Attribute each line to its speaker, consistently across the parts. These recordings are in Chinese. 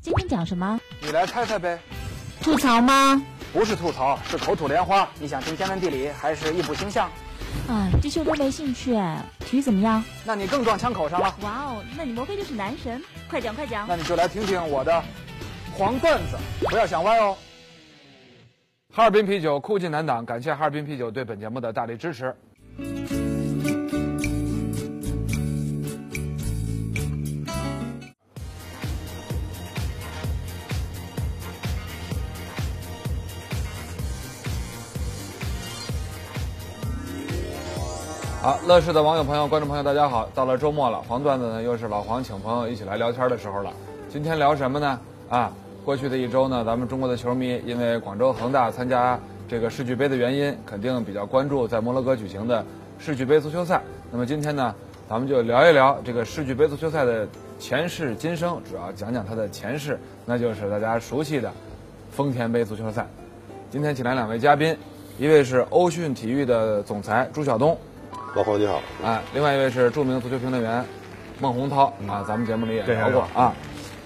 Speaker 1: 今天讲什么？
Speaker 2: 你来猜猜呗。
Speaker 1: 吐槽吗？
Speaker 2: 不是吐槽，是口吐莲花。你想听天文地理，还是易卜星象？
Speaker 1: 哎，这些我都没兴趣。哎体育怎么样？
Speaker 2: 那你更撞枪口上了。
Speaker 1: 哇哦，那你莫非就是男神？快讲快讲！
Speaker 2: 那你就来听听我的黄段子，不要想歪哦。哈尔滨啤酒哭尽难挡，感谢哈尔滨啤酒对本节目的大力支持。好，乐视的网友朋友、观众朋友，大家好！到了周末了，黄段子呢又是老黄请朋友一起来聊天的时候了。今天聊什么呢？啊，过去的一周呢，咱们中国的球迷因为广州恒大参加这个世俱杯的原因，肯定比较关注在摩洛哥举行的世俱杯足球赛。那么今天呢，咱们就聊一聊这个世俱杯足球赛的前世今生，主要讲讲它的前世，那就是大家熟悉的丰田杯足球赛。今天请来两位嘉宾，一位是欧讯体育的总裁朱晓东。
Speaker 3: 老黄你好，
Speaker 2: 啊，另外一位是著名足球评论员孟洪涛啊，咱们节目里也聊过啊。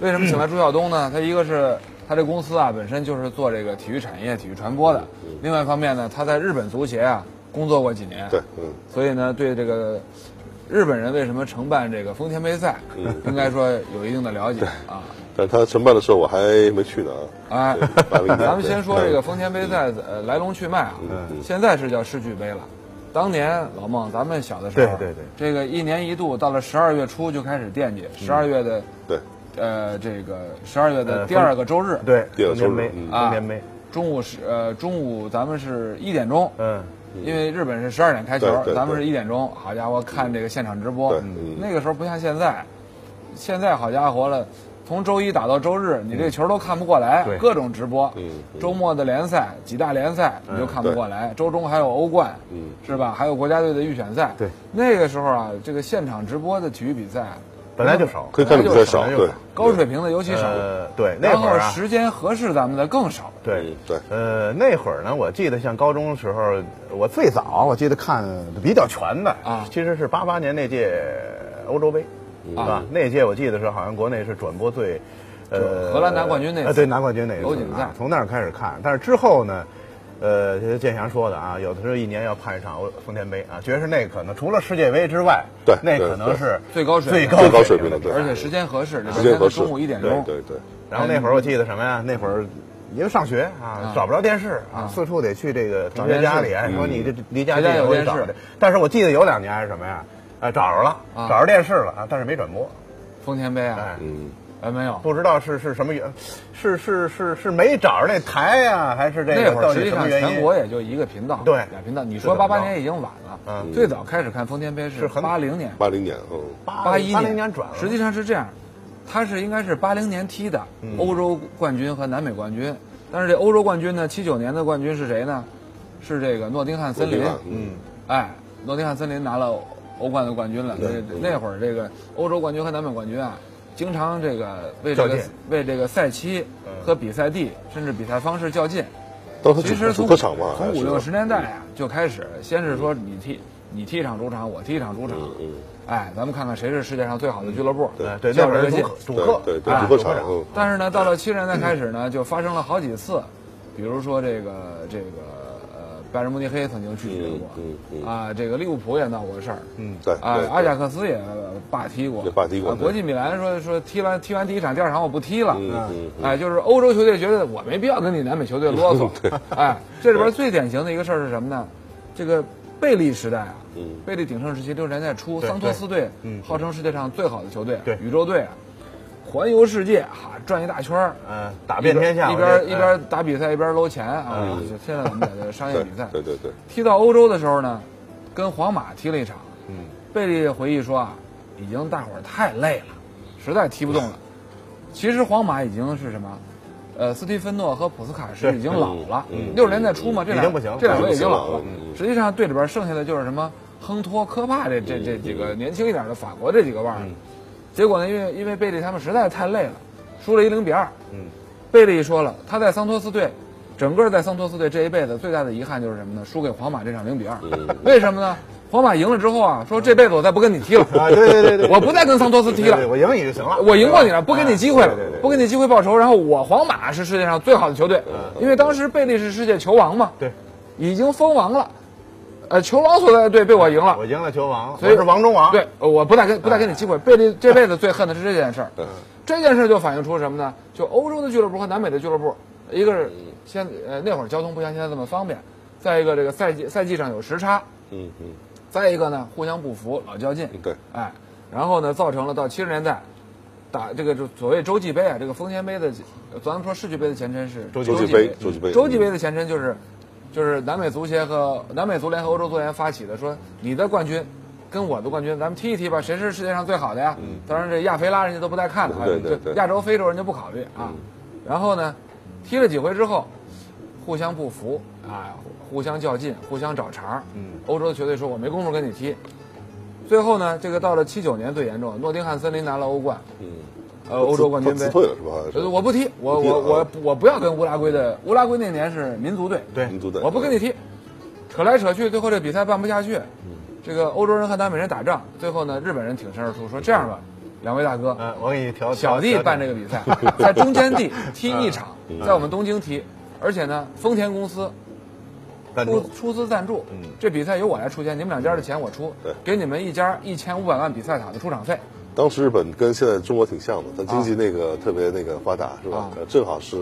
Speaker 2: 为什么请来朱晓东呢？他一个是他这公司啊本身就是做这个体育产业、体育传播的，另外一方面呢，他在日本足协啊工作过几年，
Speaker 3: 对，嗯，
Speaker 2: 所以呢对这个日本人为什么承办这个丰田杯赛，应该说有一定的了解啊。
Speaker 3: 但他承办的时候我还没去呢啊，
Speaker 2: 哎，
Speaker 3: 办了一年
Speaker 2: 咱们先说这个
Speaker 3: 对
Speaker 2: 丰田杯赛呃来龙去脉啊，
Speaker 4: 嗯
Speaker 2: 现在是叫世俱杯了。当年老孟，咱们小的时候，
Speaker 4: 对对对
Speaker 2: 这个一年一度到了十二月初就开始惦记十二月的，
Speaker 3: 对，
Speaker 2: 呃，这个十二月的
Speaker 4: 嗯呃
Speaker 2: 第二个周日，
Speaker 4: 对，
Speaker 3: 第二
Speaker 4: 丰
Speaker 3: 周
Speaker 4: 年
Speaker 3: 日
Speaker 4: 杯，
Speaker 3: 嗯
Speaker 2: 啊
Speaker 4: 丰年杯，
Speaker 2: 中午是呃中午咱们是一点钟，
Speaker 4: 嗯，
Speaker 2: 因为日本是十二点开球
Speaker 3: 对对，对
Speaker 2: 咱们是一点钟。好家伙，看这个现场直播
Speaker 3: 对嗯，
Speaker 2: 那个时候不像现在，现在好家伙了，从周一打到周日，你这球都看不过来
Speaker 4: 对，
Speaker 2: 各种直播
Speaker 3: 嗯。嗯
Speaker 2: 周末的联赛，几大联赛你就看不过来，周中还有欧冠
Speaker 3: 嗯，
Speaker 2: 是吧？还有国家队的预选赛。
Speaker 4: 对，
Speaker 2: 那个时候啊，这个现场直播的体育比赛
Speaker 4: 本来就少，
Speaker 3: 可以看的比赛少，
Speaker 4: 本来就
Speaker 3: 对，
Speaker 2: 高水平的尤其少，
Speaker 4: 呃，对，那
Speaker 2: 然
Speaker 4: 会
Speaker 2: 后
Speaker 4: 儿啊，
Speaker 2: 时间合适咱们的更少。
Speaker 4: 对
Speaker 3: 嗯对
Speaker 4: 呃，那会儿呢，我记得像高中的时候，我最早我记得看比较全的
Speaker 2: 啊嗯
Speaker 4: 其实是八八年那届欧洲杯，是
Speaker 2: 啊
Speaker 4: 吧？那届我记得是好像国内是转播最，
Speaker 2: 就荷兰拿冠军那次
Speaker 4: 呃对，拿冠军那次
Speaker 2: 楼井赛
Speaker 4: 啊从那儿开始看，但是之后呢。呃，就是建翔说的啊，有的时候一年要盼一场欧丰田杯啊，觉得是那可能除了世界杯之外，
Speaker 3: 对
Speaker 4: 那
Speaker 3: 对
Speaker 4: 可能
Speaker 3: 对
Speaker 4: 是
Speaker 2: 最高水
Speaker 4: 最
Speaker 2: 平
Speaker 4: 高
Speaker 3: 最高水
Speaker 4: 平
Speaker 3: 平的对
Speaker 2: 而且时间合适，
Speaker 3: 时间
Speaker 2: 在
Speaker 3: 合适，
Speaker 2: 中午一点钟。
Speaker 3: 对对对，
Speaker 4: 然后那会儿我记得什么呀？那会儿因为上学啊，找不着电视啊，四处得去这个同学家里，哎说你这离家
Speaker 2: 嗯谁家
Speaker 4: 近，
Speaker 2: 有
Speaker 4: 我得
Speaker 2: 电
Speaker 4: 找
Speaker 2: 视
Speaker 4: 着。但是我记得有两年还是什么呀？哎，找着了，
Speaker 2: 啊
Speaker 4: 找着电视了啊，但是没转播，
Speaker 2: 丰田杯啊，
Speaker 4: 哎，
Speaker 3: 嗯，
Speaker 2: 哎没有，
Speaker 4: 不知道是是什么原，是是是是没找着那台呀，还是这
Speaker 2: 那
Speaker 4: 个
Speaker 2: 会儿
Speaker 4: 到
Speaker 2: 实
Speaker 4: 底
Speaker 2: 际
Speaker 4: 什
Speaker 2: 上
Speaker 4: 么原
Speaker 2: 全
Speaker 4: 因
Speaker 2: 国？也就一个频道，
Speaker 4: 对
Speaker 2: 俩频道。你
Speaker 4: 是
Speaker 2: 说
Speaker 4: 怎
Speaker 2: 八
Speaker 4: 么着
Speaker 2: 八年已经晚了，
Speaker 4: 嗯
Speaker 2: 最早开始看丰田杯是
Speaker 4: 是很
Speaker 2: 八零年、
Speaker 3: 八零年，嗯，
Speaker 4: 八
Speaker 2: 一
Speaker 4: 八零年转了，
Speaker 2: 实际上是这样，它是应该是八零年踢的
Speaker 4: 嗯
Speaker 2: 欧洲冠军和南美冠军，但是这欧洲冠军呢，七九年的冠军是谁呢？是这个诺丁汉森林，
Speaker 3: 嗯，
Speaker 2: 哎，诺丁汉森林拿了欧冠的冠军了。
Speaker 3: 对
Speaker 2: 那那会儿这个欧洲冠军和南美冠军啊，经常这个为这
Speaker 4: 较
Speaker 2: 个
Speaker 4: 劲嗯
Speaker 2: 为这个赛期和比赛地甚至比赛方式较劲。
Speaker 3: 当时
Speaker 2: 其实
Speaker 3: 主
Speaker 2: 从
Speaker 3: 客场嘛，
Speaker 2: 从
Speaker 3: 还是
Speaker 2: 五六十年代啊就开始，先是说你踢你踢一场主场，我踢一场主场，
Speaker 3: 嗯
Speaker 2: 哎，咱们看看谁是世界上最好的俱乐部。
Speaker 4: 哎对，那会儿
Speaker 2: 较
Speaker 4: 是
Speaker 2: 劲
Speaker 4: 主客主客，
Speaker 3: 对对对
Speaker 4: 啊
Speaker 3: 主客场嗯
Speaker 2: 但是呢，到了七十年代开始呢，就发生了好几次，比如说这个这个呃拜仁慕尼黑曾经拒绝过，
Speaker 3: 嗯嗯嗯
Speaker 2: 啊，这个利物浦也闹过事儿，嗯
Speaker 3: 对
Speaker 2: 啊
Speaker 3: 对，
Speaker 2: 阿贾克斯也呃罢踢过
Speaker 3: 也，罢踢过
Speaker 2: 啊
Speaker 3: 对
Speaker 2: 国际米兰说说踢完踢完第一场、第二场我不踢了，
Speaker 3: 嗯嗯
Speaker 2: 哎，就是欧洲球队觉得我没必要跟你南美球队啰嗦， 哎，这里边最典型的一个事儿是什么呢？这个贝利时代啊，
Speaker 3: 嗯
Speaker 2: 贝利鼎盛时期六十年代初，
Speaker 4: 对
Speaker 2: 桑托斯队号称世界上最好的球队，
Speaker 4: 对
Speaker 2: 宇宙队啊，环游世界哈、转一大圈儿，
Speaker 4: 嗯，打遍天下，
Speaker 2: 一
Speaker 4: 我
Speaker 2: 边
Speaker 4: 这
Speaker 2: 一
Speaker 3: 哎
Speaker 2: 边打比赛一边搂钱啊，就现在咱们讲的商业
Speaker 3: 嗯对
Speaker 2: 比赛，
Speaker 3: 对对对，
Speaker 2: 踢到欧洲的时候呢，跟皇马踢了一场。嗯，贝利回忆说啊，已经大伙儿太累了，实在踢不动了。其实皇马已经是什么？呃，斯蒂芬诺和普斯卡什
Speaker 4: 对
Speaker 2: 已经老了
Speaker 3: 嗯，嗯
Speaker 2: 六十年代初嘛，这
Speaker 4: 已
Speaker 2: 俩
Speaker 4: 经不行了
Speaker 2: 这两位已经老
Speaker 3: 已经不
Speaker 2: 了
Speaker 3: 行了嗯。嗯
Speaker 2: 实际上队里边剩下的就是什么亨托、科帕这这这几个年轻一点的法国这几个腕儿。
Speaker 4: 嗯
Speaker 2: 结果呢，因为因为贝利他们实在太累了，输了一零比二。嗯，贝利说了，他在桑托斯队，整个在桑托斯队这一辈子最大的遗憾就是什么呢？输给皇马这场零比二。为什么呢？皇马赢了之后啊，说这辈子我再不跟你踢了，
Speaker 4: 啊，对对对对，
Speaker 2: 我不再跟桑托斯踢了
Speaker 4: 对对对我赢你就行了，啊
Speaker 2: 我赢过你了，不给你机会了
Speaker 4: 对对对，对
Speaker 2: 不给你机会报仇。然后我皇马是世界上最好的球队，因为当时贝利是世界球王嘛，
Speaker 4: 嗯对，
Speaker 2: 已经封王了，呃，球王所在的队被我赢了
Speaker 4: 我，赢了球王，
Speaker 2: 所以
Speaker 4: 我是王中
Speaker 3: 啊
Speaker 4: 王，
Speaker 2: 对，呃我不再跟不再给你机会。贝利这辈子最恨的是这件事儿，
Speaker 3: 嗯
Speaker 2: 这件事儿就反映出什么呢？就欧洲的俱乐部和南美的俱乐部，一个是
Speaker 3: 嗯
Speaker 2: 现呃那会儿交通不像现在这么方便，再一个这个赛季赛季上有时差，
Speaker 3: 嗯嗯，
Speaker 2: 再一个呢互相不服，老较劲，
Speaker 3: 对，
Speaker 2: 哎，然后呢，造成了到七十年代，打这个就所谓洲际杯啊，这个丰田杯的，呃咱们说世俱杯的前身是
Speaker 4: 洲
Speaker 3: 洲际杯洲际杯
Speaker 2: 洲际杯的前身就是，就是南美足协和南美足联和欧洲足联发起的，说你的冠军。跟我的冠军，咱们踢一踢吧，谁是世界上最好的呀？当然，这亚非拉人家都不带看的啊，
Speaker 3: 嗯对对
Speaker 2: 这
Speaker 3: 对嗯
Speaker 2: 亚洲、非洲人家不考虑啊。然后呢，踢了几回之后，互相不服啊，互相较劲，互相找茬儿。
Speaker 4: 嗯，
Speaker 2: 欧洲的球队说我没工夫跟你踢。最后呢，这个到了七九年最严重，诺丁汉森林拿了欧冠，
Speaker 3: 嗯，
Speaker 2: 呃，欧洲冠军
Speaker 3: 他
Speaker 2: 杯
Speaker 3: 辞。退了是吧？好像
Speaker 2: 呃
Speaker 3: 是
Speaker 2: 我不踢，我
Speaker 3: 不踢了
Speaker 2: 我
Speaker 3: 啊
Speaker 2: 我我不要跟乌拉圭的，乌拉圭那年是民族队，
Speaker 4: 对，
Speaker 3: 民族嗯队，
Speaker 2: 我不跟你踢，扯来扯去，最后这比赛办不下去。
Speaker 3: 嗯
Speaker 2: 这个欧洲人和南美人打仗，最后呢，日本人挺身而出，说这样吧，两位大哥，
Speaker 4: 嗯，我给你调
Speaker 2: 小弟办这
Speaker 4: 个，
Speaker 2: 个比赛，在中间地踢一场，
Speaker 3: 嗯
Speaker 2: 在我们东京踢，而且呢，丰田公司
Speaker 4: 赞
Speaker 2: 出
Speaker 4: 助
Speaker 2: 出资赞助，
Speaker 4: 嗯
Speaker 2: 这比赛由我来出钱，你们两家的钱我出
Speaker 3: 对，
Speaker 2: 给你们一家一千五百万比赛塔的出场费。
Speaker 3: 当时日本跟现在中国挺像的，它经济那个特别那个发达，是吧
Speaker 2: 啊？
Speaker 3: 呃正好是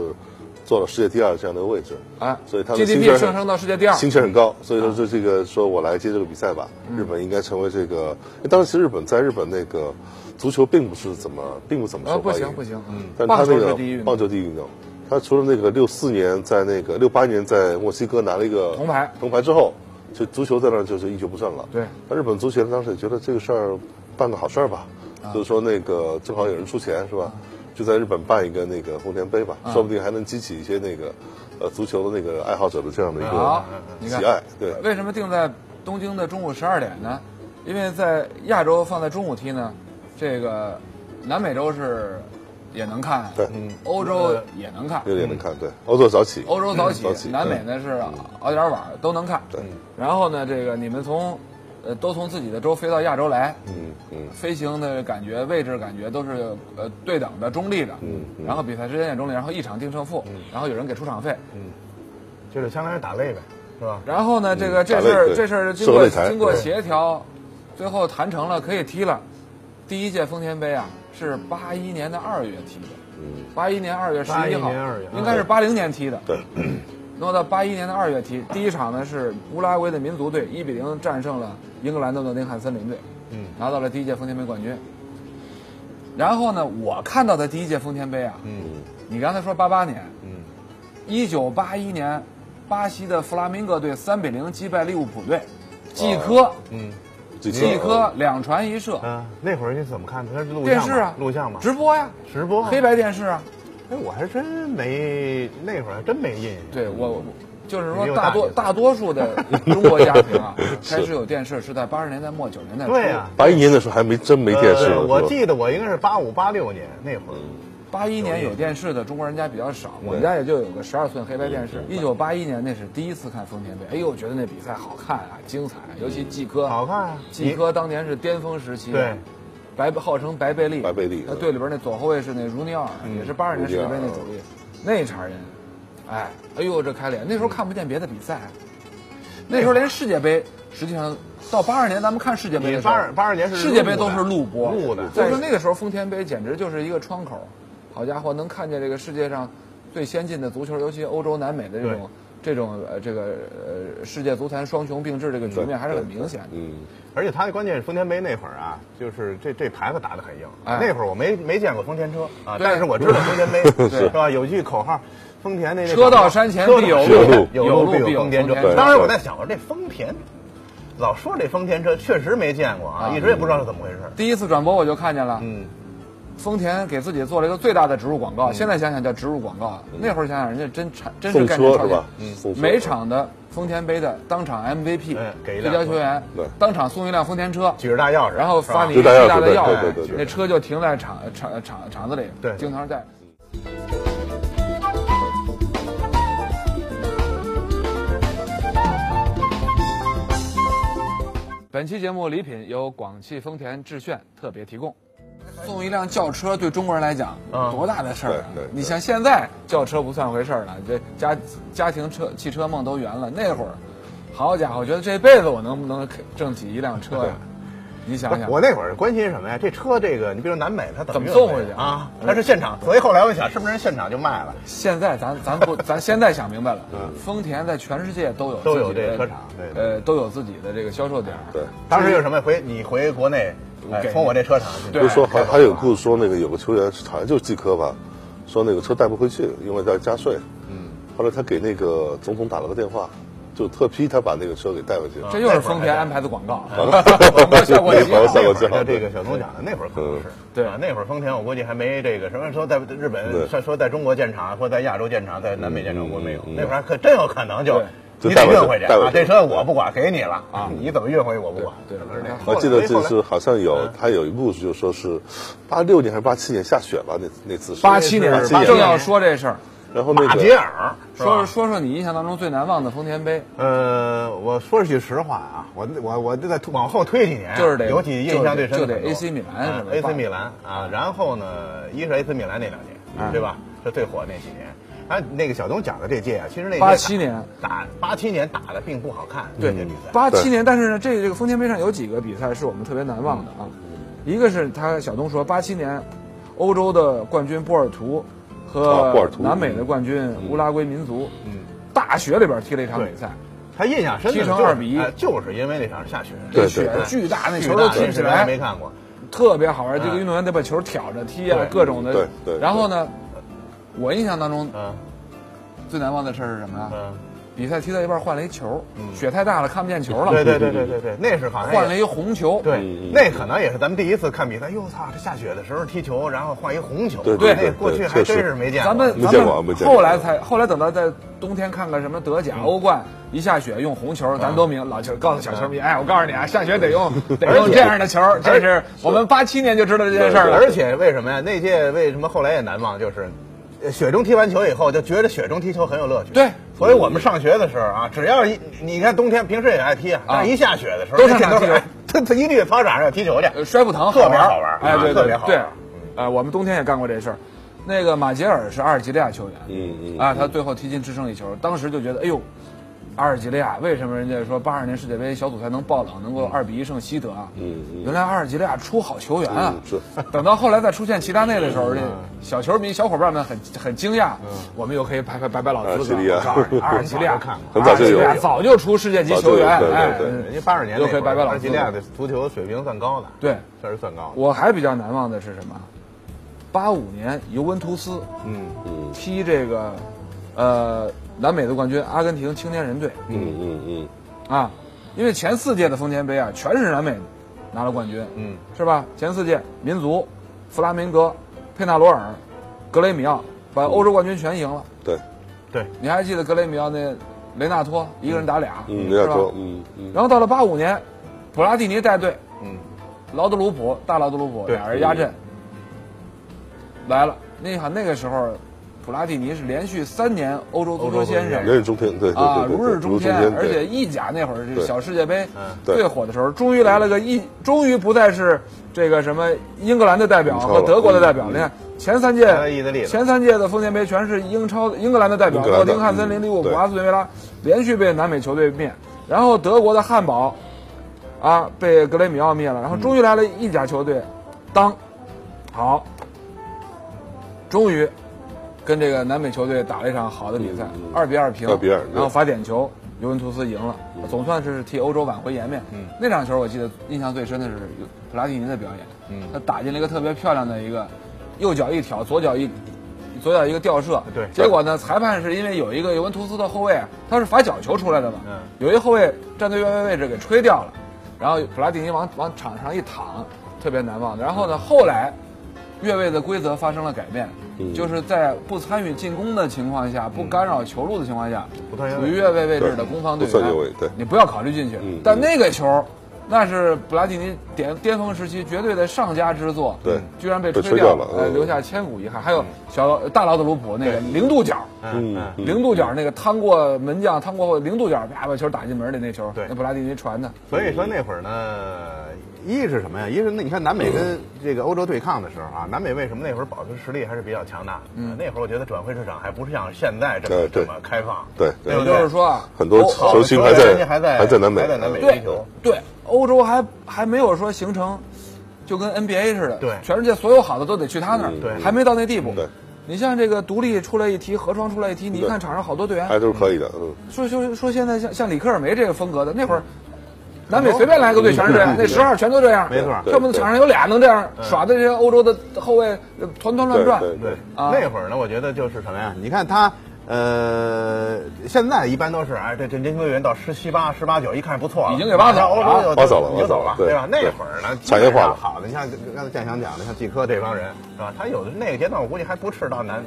Speaker 3: 做了世界第二这样的位置，
Speaker 2: 哎
Speaker 3: 所以他们薪水
Speaker 2: ，GDP
Speaker 3: 很
Speaker 2: 上升到世界第二，啊
Speaker 3: 薪水很高，所以说这这个说我来接这个比赛吧，
Speaker 2: 嗯
Speaker 3: 日本应该成为这个。哎当时其实日本在日本那个足球并不是怎么，并不怎么
Speaker 2: 呃，
Speaker 3: 受
Speaker 2: 不
Speaker 3: 欢迎，嗯
Speaker 2: 行不行，
Speaker 3: 但
Speaker 2: 棒
Speaker 3: 他
Speaker 2: 球
Speaker 3: 那
Speaker 2: 是
Speaker 3: 个
Speaker 2: 第一运动
Speaker 3: 棒，球第一运动，他除了那个六四年在那个六八年在墨西哥拿了一个
Speaker 2: 铜牌
Speaker 3: 铜牌之后，就足球在那儿就是一蹶不振了。
Speaker 2: 对，
Speaker 3: 那日本足协当时也觉得这个事儿办个好事儿吧，
Speaker 2: 啊
Speaker 3: 就是说那个正好有人出钱是吧？就在日本办一个那个丰田杯吧，
Speaker 2: 啊
Speaker 3: 说不定还能激起一些那个呃足球的那个爱好者的这样的一
Speaker 2: 好
Speaker 3: 个，
Speaker 2: 你
Speaker 3: 嗯喜
Speaker 2: 看，
Speaker 3: 爱。对，
Speaker 2: 为什么定在东京的中午十二点呢？因为在亚洲放在中午踢呢，这个南美洲是也能看，
Speaker 3: 对
Speaker 2: 欧洲也能看，
Speaker 3: 有点能看，对，欧洲早起，
Speaker 2: 欧洲早起，
Speaker 3: 嗯早起
Speaker 2: 南美呢是熬点晚，都能看。
Speaker 3: 对，
Speaker 2: 然后呢，这个你们从，呃，都从自己的州飞到亚洲来，
Speaker 3: 嗯嗯，
Speaker 2: 飞行的感觉、位置感觉都是呃对等的、中立的。
Speaker 3: 嗯嗯
Speaker 2: 然后比赛时间也中立，然后一场定胜负，然后有人给出场费。
Speaker 4: 就是相当于打擂呗，是吧？
Speaker 2: 然后呢，这个这
Speaker 3: 嗯打
Speaker 2: 事
Speaker 3: 擂
Speaker 2: 儿
Speaker 3: 对
Speaker 2: 这事儿经
Speaker 3: 社
Speaker 2: 过
Speaker 3: 会擂台
Speaker 2: 经过
Speaker 3: 对
Speaker 2: 协调，最后谈成了可以踢了。第一届丰田杯啊，是八一年的二月踢的，八一年二月十嗯一
Speaker 4: 81
Speaker 2: 号
Speaker 4: 年2月，
Speaker 2: 应该是八零年踢的。
Speaker 3: 嗯对，
Speaker 2: 弄到八一年的二月踢，第一场呢是乌拉圭的民族队一比零战胜了英格兰的诺丁汉森林队，
Speaker 4: 嗯，
Speaker 2: 拿到了第一届丰田杯冠军。然后呢，我看到的第一届丰田杯啊，
Speaker 4: 嗯
Speaker 2: 你刚才说八八年，
Speaker 4: 嗯，
Speaker 2: 一九八一年，巴西的弗拉明戈队三比零击败利物浦队，季科，
Speaker 4: 哦嗯
Speaker 3: 这次
Speaker 2: 季科两传一射，
Speaker 4: 啊，那会儿你怎么看？它是录像
Speaker 2: 电
Speaker 4: 吗
Speaker 2: 视啊，
Speaker 4: 录像嘛，
Speaker 2: 直播呀，
Speaker 4: 直播啊
Speaker 2: 黑。白电视啊，
Speaker 4: 哎，我还真没那会儿还真没印象。
Speaker 2: 对我，我就是
Speaker 4: 你
Speaker 2: 说
Speaker 4: 有
Speaker 2: 大
Speaker 4: 大
Speaker 2: 多
Speaker 4: 意思
Speaker 2: 大多数的中国家庭 啊，开始有电视是在八十年代末九十年代初。
Speaker 4: 对呀，
Speaker 3: 八一年的时候还没真没电视
Speaker 4: 呃
Speaker 3: 呢，
Speaker 4: 我
Speaker 3: 是吧
Speaker 4: 记得我应该是八五八六年那会儿，
Speaker 2: 八一年有电视的中国人家比较少，我们家也就有个十二寸黑白电视。一九八一年那是第一次看丰田杯，哎呦，觉得那比赛好看啊，精彩，尤其季科，
Speaker 4: 好看啊
Speaker 2: 季科当年是巅峰时期，
Speaker 4: 对，
Speaker 2: 白号称白贝利，
Speaker 3: 白贝利
Speaker 2: 那
Speaker 3: 嗯
Speaker 2: 队里边那左后卫是那如尼奥尔，
Speaker 4: 嗯
Speaker 2: 也是八十年世界杯那主力，那茬人，哎，哎呦这开脸，
Speaker 4: 嗯
Speaker 2: 那时候看不见别的比赛，啊那时候连世界杯，实际上到八二年咱们看世界杯的时候，
Speaker 4: 你82 82年是
Speaker 2: 世界杯
Speaker 4: 录
Speaker 2: 都
Speaker 4: 的
Speaker 2: 是录播
Speaker 4: 录的
Speaker 2: 所以说那个时候丰田杯简直就是一个窗口，好家伙，能看见这个世界上最先进的足球，尤其欧洲、南美的这种。这种呃，这个呃，世界足坛双雄并峙这个局面还是很明显的。
Speaker 3: 嗯，
Speaker 4: 而且它关键是丰田杯那会儿啊，就是这这牌子打得很硬。
Speaker 2: 哎
Speaker 4: 那会儿我没没见过丰田车啊，
Speaker 2: 对
Speaker 4: 但是我知道丰田杯
Speaker 2: 是
Speaker 4: 是吧？有句口号，丰田那那
Speaker 2: 车到山前
Speaker 4: 车到
Speaker 2: 必有
Speaker 4: 山前
Speaker 3: 路
Speaker 4: 有
Speaker 2: 有
Speaker 4: 路
Speaker 2: 路
Speaker 4: 必
Speaker 2: 必有
Speaker 4: 丰田
Speaker 2: 丰田
Speaker 4: 车。
Speaker 2: 车
Speaker 4: 当时我在想，我说这丰田，老说这丰田车确实没见过啊，一直也不知道是怎么回事。
Speaker 2: 第一次转播我就看见了，
Speaker 4: 嗯，
Speaker 2: 丰田给自己做了一个最大的植入广告，现在想想叫植入广告，啊那会儿想想人家真产真是
Speaker 3: 嗯送
Speaker 2: 干这
Speaker 3: 车
Speaker 2: 超
Speaker 3: 是
Speaker 2: 级
Speaker 3: 吧？送车
Speaker 2: 每场的丰田杯的当场 MVP
Speaker 4: 哎给一
Speaker 2: 最
Speaker 4: 辆
Speaker 2: 佳球员
Speaker 3: 对，
Speaker 2: 当场送一辆丰田车，
Speaker 4: 举着大钥匙，
Speaker 2: 然后发你
Speaker 4: 是吧
Speaker 2: 巨
Speaker 3: 就大家
Speaker 2: 大的
Speaker 3: 对
Speaker 2: 钥
Speaker 3: 对对
Speaker 2: 匙
Speaker 3: 对，对
Speaker 2: 那车就停在厂厂厂厂子里，
Speaker 4: 对
Speaker 2: 经常在。北本期节目礼品由广汽丰田致炫特别提供。送一辆轿车对中国人来讲，
Speaker 4: 嗯
Speaker 2: 多大的事儿啊
Speaker 3: 对对！对
Speaker 2: 你像现在轿车不算回事儿了，这家家庭车、汽车梦都圆了。那会儿，好家伙，我觉得这辈子我能不能挣起一辆车呀？你想想，
Speaker 4: 我那会儿关心是什么呀？这车这个，你比如南美它怎
Speaker 2: 怎么
Speaker 4: 运
Speaker 2: 送回去
Speaker 4: 啊？
Speaker 2: 嗯
Speaker 4: 它是现场，所以后来我想是不是人现场就卖了？
Speaker 2: 现在咱咱不咱现在想明白了，丰田在全世界都有
Speaker 4: 都有
Speaker 2: 自己的
Speaker 4: 这个车厂对对
Speaker 2: 呃，都有自己的这个销售点儿。
Speaker 3: 对。
Speaker 4: 当时就是什么回你回国内，哎
Speaker 2: 给
Speaker 4: 从我这车厂去
Speaker 2: 对
Speaker 3: 就说还还有故
Speaker 4: 事，
Speaker 3: 事说那个有个球员好像就是季科吧，说那个车带不回去，因为要加税。嗯，后来他给那个总统打了个电话，就特批他把那个车给带回去。
Speaker 2: 这又是丰田安排的广告，
Speaker 4: 广告 效果极
Speaker 3: 广
Speaker 4: 好
Speaker 3: 告效果极好
Speaker 4: 那会儿就这个小东讲的那会儿可
Speaker 3: 嗯
Speaker 4: 不是，
Speaker 2: 对
Speaker 4: 啊那会儿丰田我估计还没这个什么时候在日本
Speaker 3: 对
Speaker 4: 说说在中国建厂，说在亚洲建厂，在南美建厂，
Speaker 3: 嗯
Speaker 4: 我没有，
Speaker 3: 嗯嗯
Speaker 4: 那会儿可真有可能就
Speaker 2: 对
Speaker 3: 就
Speaker 4: 你得
Speaker 3: 带回去
Speaker 4: 运回去
Speaker 3: 带回
Speaker 4: 啊，
Speaker 3: 去嗯
Speaker 4: 这车我不管，给你了啊，你怎么运回去我不管，
Speaker 2: 对对
Speaker 4: 可能是这样
Speaker 3: 我记得
Speaker 4: 后
Speaker 3: 这
Speaker 4: 来
Speaker 2: 哎
Speaker 3: 是好像
Speaker 2: 嗯
Speaker 3: 有他有一个故事，就说是八六年还是八七年下雪吧，那那次是
Speaker 2: 八七年
Speaker 4: 87年
Speaker 2: 正要说这事儿，
Speaker 3: 然后那
Speaker 4: 大杰
Speaker 3: 个
Speaker 4: 尔是吧
Speaker 2: 说说说你印象当中最难忘的丰田杯，
Speaker 4: 呃，我说句实话啊，我我我再推往后推几年啊，
Speaker 2: 就是得
Speaker 4: 有几印象最深的
Speaker 2: 就得
Speaker 4: 很
Speaker 2: 就得
Speaker 4: 多
Speaker 2: AC 米兰
Speaker 4: 啊
Speaker 2: 是吧
Speaker 4: AC 米兰啊，然后呢，一是 AC 米兰那两
Speaker 2: 啊
Speaker 4: 年，对吧？是最火那几年。啊，那个小东讲的这届啊，其实那届
Speaker 2: 87年
Speaker 4: 打八七年打的并不好看，
Speaker 2: 对
Speaker 4: 那届比赛，
Speaker 2: 八七年，但是呢，这这个丰田杯上有几个比赛是我们特别难忘的啊。一个是他小东说，八七年欧洲的冠军波尔图
Speaker 3: 啊波
Speaker 2: 和
Speaker 3: 尔图
Speaker 2: 南美的冠军乌拉圭民族，
Speaker 4: 嗯，
Speaker 2: 大学里边踢了一场比赛，
Speaker 4: 他印象深的
Speaker 2: 踢成
Speaker 4: 就是
Speaker 2: 2比1
Speaker 4: 哎就是因为那场下雪，
Speaker 3: 对对
Speaker 2: 雪
Speaker 3: 对
Speaker 2: 巨大，那
Speaker 4: 巨
Speaker 2: 球都
Speaker 4: 大
Speaker 2: 踢不起
Speaker 4: 那场
Speaker 2: 来，
Speaker 4: 没看过，
Speaker 2: 特别好玩。这个
Speaker 4: 嗯
Speaker 2: 运动员得把球挑着踢啊
Speaker 4: 对，
Speaker 2: 各种的。
Speaker 3: 哎对对
Speaker 2: 然后呢，我印象当中
Speaker 4: 嗯
Speaker 2: 最难忘的事儿是什么呀？
Speaker 4: 嗯，
Speaker 2: 比赛踢到一半换了一球，
Speaker 3: 嗯
Speaker 2: 雪太大了看不见球了，
Speaker 4: 对对对对对对，那是好像也
Speaker 2: 换了一红球。
Speaker 4: 对
Speaker 3: 嗯嗯，
Speaker 4: 那可能也是咱们第一次看比赛。哟，操！这下雪的时候踢球，然后换一红球，
Speaker 3: 对对
Speaker 4: 那
Speaker 3: 对
Speaker 4: 过去
Speaker 3: 对
Speaker 4: 还
Speaker 3: 确
Speaker 4: 真
Speaker 3: 实
Speaker 4: 是没见过。
Speaker 2: 咱们
Speaker 3: 没
Speaker 2: 咱
Speaker 3: 见过
Speaker 2: 们
Speaker 3: 没见过
Speaker 2: 后来才后来等到在冬天看看什么德甲、欧冠，一下雪用红
Speaker 3: 啊
Speaker 2: 球，咱都明老球告诉小球迷，哎，我告诉你啊，下雪得用得用这样的球，这是我们八七年就知道这件事儿了。
Speaker 4: 而且为什么呀？那届为什么后来也难忘？就是呃雪中踢完球以后，就觉得雪中踢球很有乐趣。
Speaker 2: 对
Speaker 4: 所以我们上学的时候啊，只要一你看冬天平时也爱踢啊，但是一下雪的时候，
Speaker 2: 都上
Speaker 4: 那
Speaker 2: 场踢球
Speaker 4: 哎 他他一定操场上踢球去。
Speaker 2: 呃摔不疼，
Speaker 4: 特别
Speaker 2: 好
Speaker 4: 好玩
Speaker 2: 哎，
Speaker 4: 啊
Speaker 2: 对
Speaker 4: 特
Speaker 2: 对
Speaker 4: 别
Speaker 2: 对
Speaker 4: 好
Speaker 2: 对
Speaker 4: 玩，
Speaker 2: 呃，我们冬天也干过这事儿。那个马杰尔是阿尔及利亚球员，
Speaker 3: 嗯嗯
Speaker 2: 啊，他最后踢进制胜一球，当时就觉得，哎呦，阿尔及利亚为什么人家说八二年世界杯小组赛能爆冷，能够二比一胜西德啊？
Speaker 3: 嗯嗯
Speaker 2: 原来阿尔及利亚出好球员啊
Speaker 3: 嗯！是，
Speaker 2: 等到后来再出现齐达内的时候，这小球迷、小伙伴们很很惊讶，我们又可以拍拍摆摆老
Speaker 3: 嗯阿尔
Speaker 2: 资
Speaker 3: 及
Speaker 2: 格
Speaker 3: 利亚
Speaker 2: 了。我告诉你阿尔及利亚
Speaker 4: 早就看
Speaker 3: 过
Speaker 2: 阿尔及利亚
Speaker 3: 很
Speaker 2: 早就出世界级球员，
Speaker 3: 早就有对对
Speaker 2: 哎，
Speaker 3: 对
Speaker 2: 嗯
Speaker 4: 人家八二年那
Speaker 2: 又
Speaker 4: 会
Speaker 2: 可
Speaker 4: 儿
Speaker 2: 以摆摆
Speaker 4: 阿
Speaker 2: 老
Speaker 4: 尔及
Speaker 2: 资
Speaker 4: 利
Speaker 2: 格
Speaker 4: 亚的足球水平算高的，
Speaker 2: 对
Speaker 4: 确实算高的。
Speaker 2: 我还比较难忘的是什么？八五年尤文图斯
Speaker 4: 嗯，
Speaker 3: 嗯
Speaker 2: 踢这个，呃，南美的冠军阿根廷青年人队
Speaker 3: 嗯嗯嗯，
Speaker 2: 啊，因为前四届的丰田杯啊，全是南美拿了冠军，
Speaker 4: 嗯，
Speaker 2: 是吧？前四届民族、弗拉明戈、佩纳罗尔、格雷米奥把欧洲冠军全赢了。
Speaker 3: 对，
Speaker 4: 对，
Speaker 2: 你还记得格雷米奥那雷纳托一个人打俩，
Speaker 3: 嗯，
Speaker 2: 是
Speaker 3: 要
Speaker 2: 吧
Speaker 3: 说，嗯嗯，
Speaker 2: 然后到了八五年，普拉蒂尼带队，
Speaker 4: 嗯，
Speaker 2: 劳德鲁普大劳德鲁普
Speaker 4: 对
Speaker 2: 俩人压阵来了。那好，那个时候，普拉蒂尼是连续三年欧洲足球先
Speaker 4: 欧洲足球先
Speaker 2: 生
Speaker 3: 人是中天，对对
Speaker 2: 啊，
Speaker 3: 对对，
Speaker 2: 如
Speaker 3: 对
Speaker 2: 日中天，而且
Speaker 3: 对
Speaker 2: 意甲那会儿是
Speaker 3: 对
Speaker 2: 小世界杯
Speaker 4: 嗯
Speaker 3: 对
Speaker 2: 最火的时候，终于来了个意，终于不再是这个什么英格兰的代表
Speaker 3: 英超
Speaker 2: 和
Speaker 3: 了
Speaker 2: 德国的代表。
Speaker 3: 嗯
Speaker 2: 你看前三届
Speaker 4: 来了意大利，了
Speaker 2: 前三届的丰田杯全是英超英格兰的代表，
Speaker 3: 英格兰
Speaker 2: 诺
Speaker 3: 的
Speaker 2: 丁汉森林、
Speaker 3: 嗯
Speaker 2: 利物浦、
Speaker 3: 对
Speaker 2: 阿斯顿维拉连续被南美球队灭，然后德国的汉堡啊被格雷米奥灭了，然后
Speaker 3: 嗯
Speaker 2: 终于来了意甲球队，当好，终于跟这个南美球队打了一场好的比赛
Speaker 3: 嗯嗯，
Speaker 2: 二比二平，
Speaker 3: 2比2
Speaker 2: 然后罚点球，尤文图斯赢了，总算是替欧洲挽回颜面。那场球我记得印象最深的是普拉蒂尼的表演，他打进了一个特别漂亮的一个，右脚一挑，左脚一。左脚一个吊射，
Speaker 4: 对
Speaker 2: 结果呢？裁判是因为有一个尤文图斯的后卫，啊他是罚角球出来的嘛，
Speaker 4: 嗯
Speaker 2: 有一后卫站队越位位置给吹掉了，然后普拉蒂尼往往场上一躺，特别难忘的。然后呢，后来越位的规则发生了改变，
Speaker 3: 嗯
Speaker 2: 就是在不参与进攻的情况下，不干扰球路的情况下
Speaker 4: 不算越，位
Speaker 2: 处于越位位置的
Speaker 3: 对
Speaker 2: 攻防队
Speaker 3: 不算越
Speaker 2: 员
Speaker 3: 位对，
Speaker 2: 你不要考虑进去
Speaker 3: 嗯。
Speaker 2: 但那个球，那是布拉蒂尼巅巅峰时期绝对的上佳之作，
Speaker 3: 对
Speaker 2: 居然被
Speaker 3: 被
Speaker 2: 吹
Speaker 3: 吹掉
Speaker 2: 了
Speaker 3: 了，
Speaker 2: 呃
Speaker 3: 嗯
Speaker 2: 留下千古遗憾。还有小大劳德鲁普那个零度角，
Speaker 4: 嗯嗯
Speaker 2: 零度角那个趟过门将，趟过后零度角，啪把球打进门里那球，
Speaker 4: 对
Speaker 2: 那布拉蒂尼传的，
Speaker 4: 所以说那会儿呢，一是什么呀？一是那你看南美跟这个欧洲对抗的时候啊，南美为什么那会儿保持实力还是比较强大？嗯，那会儿我觉得转会市场还不是像现在这么
Speaker 3: 对
Speaker 4: 这
Speaker 3: 对
Speaker 4: 么开放。
Speaker 3: 对
Speaker 4: 对
Speaker 2: 也
Speaker 3: 对
Speaker 4: 不
Speaker 2: 就是说啊，
Speaker 3: 很多
Speaker 2: 欧
Speaker 3: 球球星
Speaker 4: 好
Speaker 3: 还
Speaker 4: 球员
Speaker 3: 在
Speaker 4: 还在
Speaker 3: 南美，
Speaker 4: 还在南美
Speaker 3: 嗯
Speaker 4: 对
Speaker 2: 对
Speaker 4: 追求
Speaker 2: 对，欧洲还还没有说形成，就跟 NBA 似的，
Speaker 4: 对
Speaker 2: 全世界所有好的都得去他那儿，
Speaker 4: 对
Speaker 2: 还没到那地步。
Speaker 3: 嗯对
Speaker 2: 你像这个独立出来一提，河床出来一提，你一
Speaker 3: 对
Speaker 2: 看场上好多队员，
Speaker 3: 还都是可以的，嗯，
Speaker 2: 说说说现在像像里克尔梅这个风格的，那会儿南美随便来个队全是这 样，那十二全都这样，
Speaker 4: 没错
Speaker 3: 对
Speaker 2: 恨不得场上有俩能这样，耍的这些欧洲的后卫呃团团乱
Speaker 3: 对
Speaker 2: 转。
Speaker 3: 对对
Speaker 4: 对，
Speaker 2: 啊
Speaker 4: 那会儿呢，我觉得就是什么呀？你看他，呃，现在一般都是哎，这这年轻队员到十七八、十八九，一看不错了，哦
Speaker 2: 已经给挖走了
Speaker 4: 欧洲就
Speaker 3: 啊挖走了
Speaker 4: 就走
Speaker 3: 挖走
Speaker 4: 了
Speaker 3: 了，
Speaker 4: 对吧？那
Speaker 3: 对
Speaker 4: 会儿呢，
Speaker 3: 对产业化了
Speaker 4: 基本上好的，你像刚才建强讲的，像季科这帮人，是吧？他有的那个阶段，我估计还不是到南。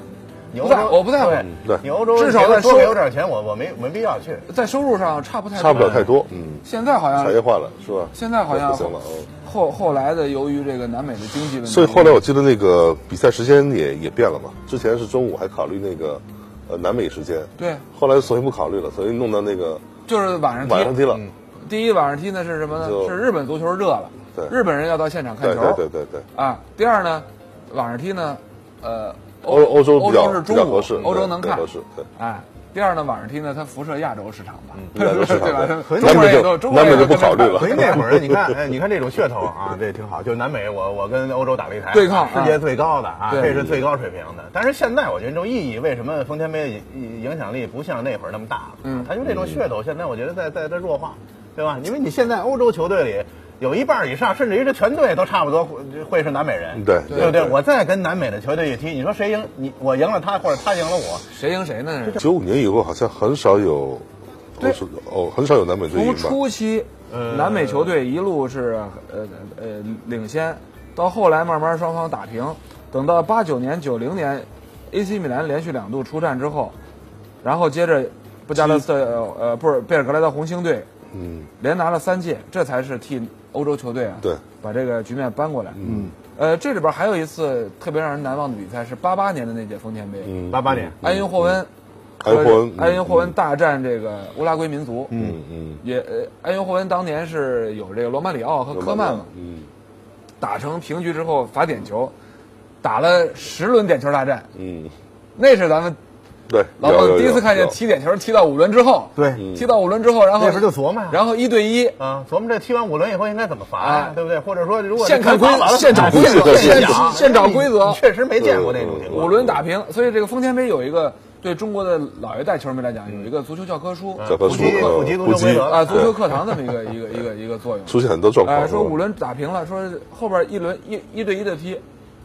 Speaker 4: 你欧
Speaker 2: 不
Speaker 4: 洲
Speaker 2: 在乎我不在乎
Speaker 4: 对
Speaker 2: 嗯
Speaker 3: 对
Speaker 4: 你欧洲
Speaker 2: 至少在
Speaker 4: 多给
Speaker 2: 收
Speaker 4: 我点钱，我我没没必要去。
Speaker 2: 在收入上差不太多
Speaker 3: 差不了太。多，嗯，
Speaker 2: 现在好像
Speaker 3: 产业化了是吧？
Speaker 2: 现在好像
Speaker 3: 不行了，嗯。
Speaker 2: 后后来的，由于这个南美的经济问题，
Speaker 3: 所以后来我记得那个比赛时间也也变了嘛，之前是中午还考虑那个呃南美时间，
Speaker 2: 对，
Speaker 3: 后来索性不考虑了，索性弄到那个
Speaker 2: 就是晚上踢
Speaker 3: 晚上踢了，
Speaker 2: 嗯第一晚上踢呢是什么呢？
Speaker 3: 就是
Speaker 2: 日本足球热了，
Speaker 3: 对
Speaker 2: 日本人要到现场看
Speaker 3: 对
Speaker 2: 球，
Speaker 3: 对对对对，
Speaker 2: 啊。第二呢，晚上踢呢，呃，
Speaker 3: 欧欧洲
Speaker 2: 欧
Speaker 3: 比较
Speaker 2: 洲是
Speaker 3: 比
Speaker 2: 中
Speaker 3: 较
Speaker 2: 午
Speaker 3: 合适，，
Speaker 2: 欧洲
Speaker 3: 对
Speaker 2: 能
Speaker 3: 对
Speaker 2: 看
Speaker 3: 合，适，对。
Speaker 2: 哎。第二呢，晚上踢呢，它辐射亚洲市场吧，
Speaker 3: 嗯亚洲市 场
Speaker 2: 对吧？
Speaker 3: 对
Speaker 2: 中国人也都，
Speaker 3: 那就
Speaker 2: 中国人也都
Speaker 3: 那就不考虑了
Speaker 4: 所以那会儿你看，哎，你看这种噱头啊，这挺好。就南美，我我跟欧洲打了一台
Speaker 2: 对抗啊
Speaker 4: 世界最高的啊，
Speaker 2: 对
Speaker 4: 这是最高水平的。但是现在我觉得这种意义，为什么丰田杯影影响力不像那会儿那么大了？啊
Speaker 2: 嗯
Speaker 4: 它就这种噱头，现在我觉得在在在弱化，对吧？因为你现在欧洲球队里。有一半以上，甚至于这全队都差不多会会是南美人，
Speaker 3: 对
Speaker 4: 对不
Speaker 3: 对
Speaker 4: 对？
Speaker 3: 对
Speaker 4: 我再跟南美的球队一踢，你说谁赢？你我赢了他，或者他赢了我，
Speaker 2: 谁赢谁呢？
Speaker 3: 九五年以后好像很少有
Speaker 2: 对
Speaker 3: 欧洲哦，很少有南美队赢
Speaker 2: 从
Speaker 3: 吧？呃
Speaker 2: 初期，南美球队一路是呃呃领先，到后来慢慢双方打平，等到八九年、九零年，AC 米兰连续两度出战之后，然后接着布加勒斯特呃呃不是贝尔格莱德红星队
Speaker 3: 嗯，
Speaker 2: 连拿了三届，这才是替欧洲球队啊，
Speaker 3: 对，
Speaker 2: 把这个局面扳过来。嗯，呃，这里边还有一次特别让人难忘的比赛是八八年的那届丰田杯，
Speaker 3: 嗯
Speaker 4: 八八年，
Speaker 2: 埃因霍温，
Speaker 3: 埃因霍恩，
Speaker 2: 埃因霍温
Speaker 3: 嗯，
Speaker 2: 大战这个乌拉圭民族，嗯
Speaker 3: 嗯嗯，
Speaker 2: 也呃，埃因霍温当年是有这个罗马里奥和科曼嘛，
Speaker 3: 嗯
Speaker 2: 打成平局之后罚点球，打了十轮点球大战，
Speaker 3: 嗯，
Speaker 2: 那是咱们
Speaker 3: 对，
Speaker 2: 老
Speaker 3: 有
Speaker 2: 孟
Speaker 3: 有
Speaker 2: 第一次看见
Speaker 3: 有
Speaker 2: 踢点球踢到五轮之后，
Speaker 4: 对
Speaker 2: 踢到五轮之后，然后
Speaker 4: 那时候就琢磨呀
Speaker 2: 然后一对一，
Speaker 4: 啊，琢磨这踢完五轮以后应该怎么罚呀、
Speaker 2: 哎
Speaker 4: 对不对？或者说，如果
Speaker 2: 现看规
Speaker 4: 罚完了
Speaker 2: 现场
Speaker 4: 怎么
Speaker 2: 规则
Speaker 4: 罚
Speaker 2: 现
Speaker 4: 现场
Speaker 2: 现场规则
Speaker 4: 你确实没见过那种情
Speaker 2: 五
Speaker 4: 况。
Speaker 2: 轮打平，所以这个丰田杯有一个对中国的老一代球迷来讲有一个足球教科书，
Speaker 3: 教科
Speaker 4: 普
Speaker 3: 书
Speaker 4: 及
Speaker 3: 呃
Speaker 4: 普及足
Speaker 3: 普
Speaker 4: 球
Speaker 3: 及
Speaker 4: 规则
Speaker 2: 啊，足球课堂这么一个一个一个一个作用。
Speaker 3: 出现很多状
Speaker 2: 哎，
Speaker 3: 况，
Speaker 2: 说
Speaker 3: 是吧
Speaker 2: 五轮打平了，说后边一轮一一对一的踢，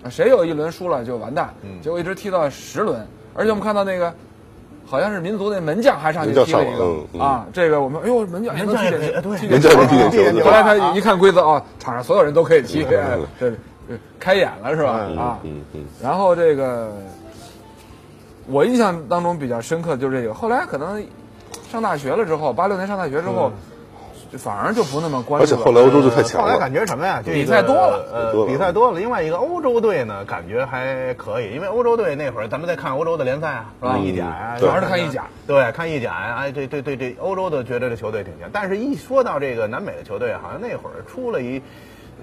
Speaker 2: 啊谁有一轮输了就完蛋。
Speaker 3: 嗯
Speaker 2: 结果一直踢到十轮，而且我们看到那个，好像是民族那门将还上去
Speaker 3: 门将
Speaker 2: 踢了
Speaker 3: 上
Speaker 2: 一
Speaker 3: 了
Speaker 2: 个
Speaker 3: 嗯嗯
Speaker 2: 啊，这个我们哎呦门将还能踢点球，踢
Speaker 3: 人
Speaker 4: 门将也可以哎对
Speaker 2: 点
Speaker 3: 家
Speaker 2: 球
Speaker 3: 能
Speaker 2: 啊
Speaker 3: 踢点球
Speaker 4: 人
Speaker 3: 对
Speaker 2: 后
Speaker 3: 吧？
Speaker 2: 来他一看规则啊，场上所有人都可以踢，哎 这这开眼了是吧？啊，
Speaker 3: 嗯嗯
Speaker 2: 然后这个我印象当中比较深刻的就是这个，后来可能上大学了之后，八六年上大学之后，就反而就不那么关
Speaker 3: 嗯而
Speaker 2: 注
Speaker 3: 且
Speaker 2: 了。
Speaker 3: 后来欧洲就太强
Speaker 4: 呃后来感
Speaker 3: 了，
Speaker 4: 觉什么呀？这个
Speaker 2: 比赛多了
Speaker 3: 多
Speaker 4: 呃，
Speaker 3: 了
Speaker 4: 比赛多了。另外一个欧洲队呢，感觉还可以，因为欧洲队那会儿咱们在看欧洲的联赛啊，是吧？
Speaker 2: 嗯
Speaker 4: 意甲呀，
Speaker 2: 主要是看意甲，
Speaker 4: 对，看意甲呀。哎，对对对，这欧洲的觉得这球队挺强，但是一说到这个南美的球队，好像那会儿出了一。